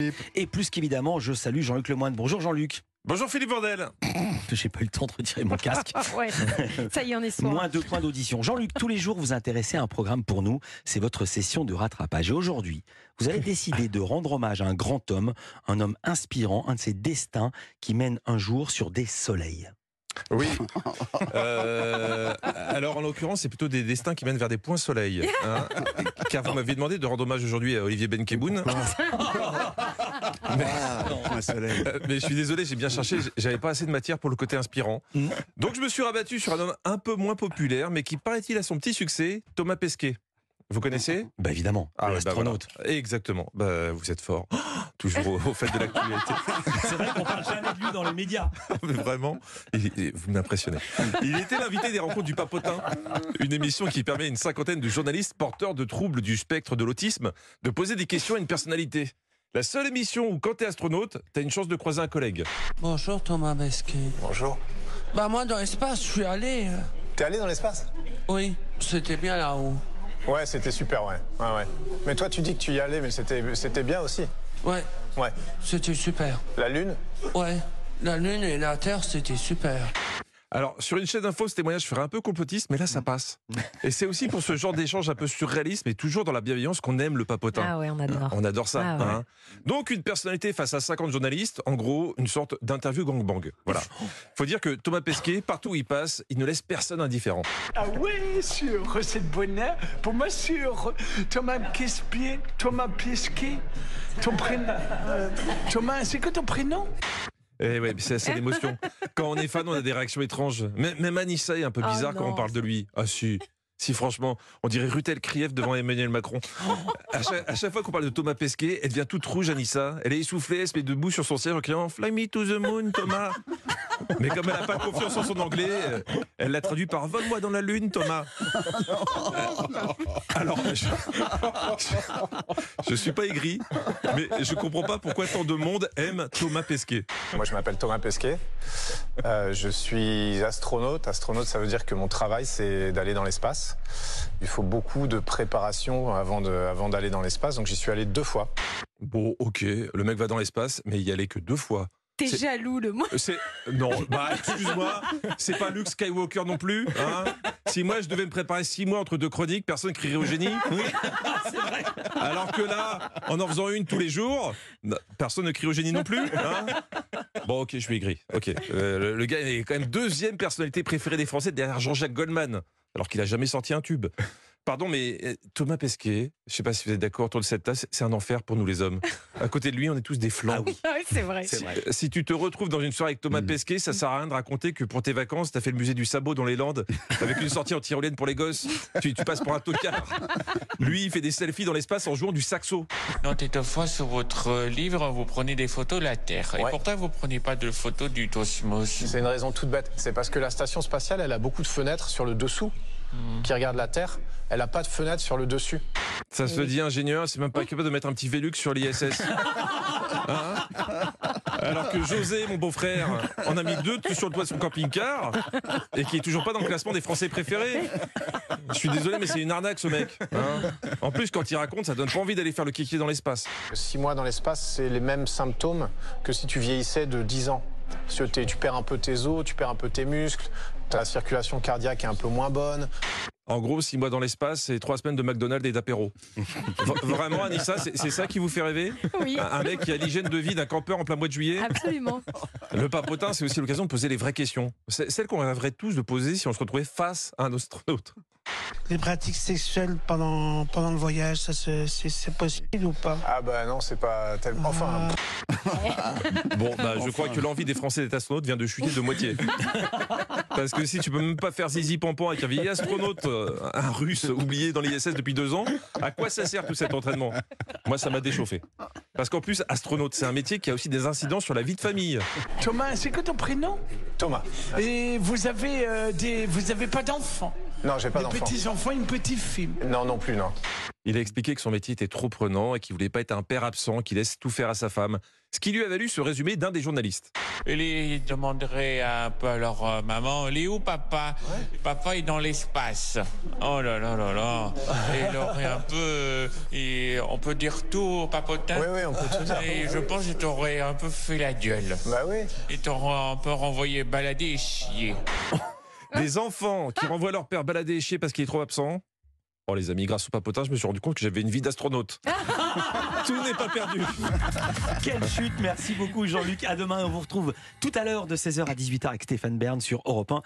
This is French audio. Philippe. Et plus qu'évidemment, je salue Jean-Luc Lemoine. Bonjour Jean-Luc. Bonjour Philippe Vandel. J'ai pas eu le temps de retirer mon casque. Ah Ouais, ça y est, on est soir. Moins deux points d'audition. Jean-Luc, tous les jours, vous intéressez à un programme pour nous. C'est votre session de rattrapage. Et aujourd'hui, vous avez décidé de rendre hommage à un grand homme, un homme inspirant, un de ces destins qui mène un jour sur des soleils. Oui. Euh, alors en l'occurrence, c'est plutôt des destins qui mènent vers des points soleil. hein. Car vous m'aviez demandé de rendre hommage aujourd'hui à Olivier Benkemoun. Ah, un soleil. Euh, Mais je suis désolé, j'ai bien cherché, j'avais pas assez de matière pour le côté inspirant. Mm. Donc je me suis rabattu sur un homme un peu moins populaire, mais qui paraît-il à son petit succès, Thomas Pesquet. Vous connaissez Bah évidemment, Ah ouais, bah l'astronaute. Exactement. Bah, vous êtes fort. Oh, toujours au, au fait de l'actualité. C'est vrai qu'on parle jamais de lui dans les médias. Mais vraiment, il- il- vous m'impressionnez. Il était l'invité des rencontres du Papotin, une émission qui permet à une cinquantaine de journalistes porteurs de troubles du spectre de l'autisme de poser des questions à une personnalité. La seule émission où, quand t'es astronaute, t'as une chance de croiser un collègue. Bonjour Thomas Besquet. Bonjour. Bah moi dans l'espace, je suis allé. euh, T'es allé dans l'espace Oui, c'était bien là-haut. Ouais, c'était super, ouais. Ouais, ouais. Mais toi, tu dis que tu y allais, mais c'était, c'était bien aussi. Ouais, Ouais. c'était super. La Lune Ouais, la Lune et la Terre, c'était super. Alors, sur une chaîne d'infos, ce témoignage ferait un peu complotiste, mais là, ça passe. Et c'est aussi pour ce genre d'échange un peu surréaliste, mais toujours dans la bienveillance qu'on aime le Papotin. Ah ouais, on adore. On adore ça. Ah ouais. hein. Donc, une personnalité face à 50 journalistes, en gros, une sorte d'interview gangbang. Voilà. Faut dire que Thomas Pesquet, partout où il passe, il ne laisse personne indifférent. Ah ouais, sur recette bonheur. Pour moi, sur Thomas Pesquet, Thomas Pesquet, ton prénom. euh, Thomas, c'est quoi ton prénom Et Eh ouais, mais c'est c'est l'émotion. Quand on est fan, on a des réactions étranges. Même, même Anissa est un peu Ah bizarre quand non. on parle de lui. Ah si. Si franchement, on dirait Rutel Krief devant Emmanuel Macron. À chaque, à chaque fois qu'on parle de Thomas Pesquet, elle devient toute rouge, Anissa. Elle est essoufflée, elle se met debout sur son siège en criant Fly me to the moon, Thomas. Mais comme elle n'a pas confiance en son anglais, euh, elle l'a traduit par Vole-moi dans la lune, Thomas. Alors, je, je suis pas aigri, mais je comprends pas pourquoi tant de monde aime Thomas Pesquet. Moi, je m'appelle Thomas Pesquet. Euh, je suis astronaute. Astronaute, ça veut dire que mon travail, c'est d'aller dans l'espace. Il faut beaucoup de préparation avant, de, avant d'aller dans l'espace, donc j'y suis allé deux fois. Bon, ok, le mec va dans l'espace, mais il y allait que deux fois. T'es C'est- jaloux, le moi. C'est non, bah excuse-moi, c'est pas Luke Skywalker non plus. hein. si moi je devais me préparer six mois entre deux chroniques, personne crierait au génie. Alors que là, en en faisant une tous les jours, n- personne ne crie au génie non plus. hein. bon, ok, je suis aigri. Ok, Euh, le, le gars il est quand même deuxième personnalité préférée des Français derrière Jean-Jacques Goldman, alors qu'il a jamais sorti un tube. Pardon, mais euh, Thomas Pesquet, je sais pas si vous êtes d'accord autour de cette table, c'est- c'est un enfer pour nous les hommes. À côté de lui, on est tous des flancs. Ouais, c'est vrai. C'est vrai. Euh, Si tu te retrouves dans une soirée avec Thomas Mhm. Pesquet, ça sert à rien de raconter que pour tes vacances, t'as fait le musée du sabot dans les Landes avec une sortie en tyrolienne pour les gosses. Tu, tu passes pour un tocard. Lui, il fait des selfies dans l'espace en jouant du saxo. Non, toutefois, sur votre livre, vous prenez des photos de la Terre. Ouais. Et pourquoi vous prenez pas de photos du cosmos C'est une raison toute bête. C'est parce que la station spatiale, elle a beaucoup de fenêtres sur le dessous qui regardent la Terre. Elle n'a pas de fenêtres sur le dessus. Ça se dit ingénieur, c'est même pas capable de mettre un petit Velux sur l'ISS. Hein Alors que José, mon beau-frère, en a mis deux dessus sur le toit de son camping-car et qui est toujours pas dans le classement des Français préférés. Je suis désolé, mais c'est une arnaque ce mec. hein. en plus, quand il raconte, ça donne pas envie d'aller faire le kéké dans l'espace. Six mois dans l'espace, c'est les mêmes symptômes que si tu vieillissais de 10 ans. Parce que t'es- tu perds un peu tes os, tu perds un peu tes muscles, ta circulation cardiaque est un peu moins bonne. En gros, six mois dans l'espace et trois semaines de McDonald's et d'apéro. V- Vraiment, Anissa, c'est c'est ça qui vous fait rêver Oui, Ah Un- Un mec qui a l'hygiène de vie d'un campeur en plein mois de juillet absolument. Le papotin, c'est aussi l'occasion de poser les vraies questions. C'est- Celles qu'on rêverait tous de poser si on se retrouvait face à un astronaute. Les pratiques sexuelles pendant, pendant le voyage, ça se- c'est c'est possible ou pas Ah bah non, c'est pas tellement. Enfin, Ah, Bon, bah, je Enfin. crois que l'envie des Français d'être astronaute vient de chuter de moitié. Parce que si tu peux même pas faire zizi pampan avec un vieil astronaute, euh, un russe oublié dans l'ISS depuis deux ans, à quoi ça sert tout cet entraînement Moi, ça m'a déchauffé. Parce qu'en plus, astronaute, c'est un métier qui a aussi des incidents sur la vie de famille. Thomas, c'est quoi ton prénom Thomas, Et vous avez euh, des, vous avez pas d'enfants Non, j'ai pas Des d'enfant. petits-enfants, une petite fille. Non, non plus, non. Il a expliqué que son métier était trop prenant et qu'il voulait pas être un père absent qui laisse tout faire à sa femme. Ce qui lui a valu ce résumé d'un des journalistes. Il il demanderait un peu à leur euh, maman, il est où papa Papa est dans l'espace. Oh là là là là. Et il aurait un peu, euh, il- on peut dire tout au papotin. Oui, oui, on peut tout dire. Et je pense qu'il t'aurait un peu fait la gueule. Bah oui. Il t'aurait un peu renvoyé balader et chier. Des enfants qui renvoient leur père balader et chier parce qu'il est trop absent. Oh les amis, grâce au papotin, je me suis rendu compte que j'avais une vie d'astronaute. Tout n'est pas perdu. Quelle chute, merci beaucoup Jean-Luc. À demain, on vous retrouve tout à l'heure de 16h à 18h avec Stéphane Bern sur Europe 1.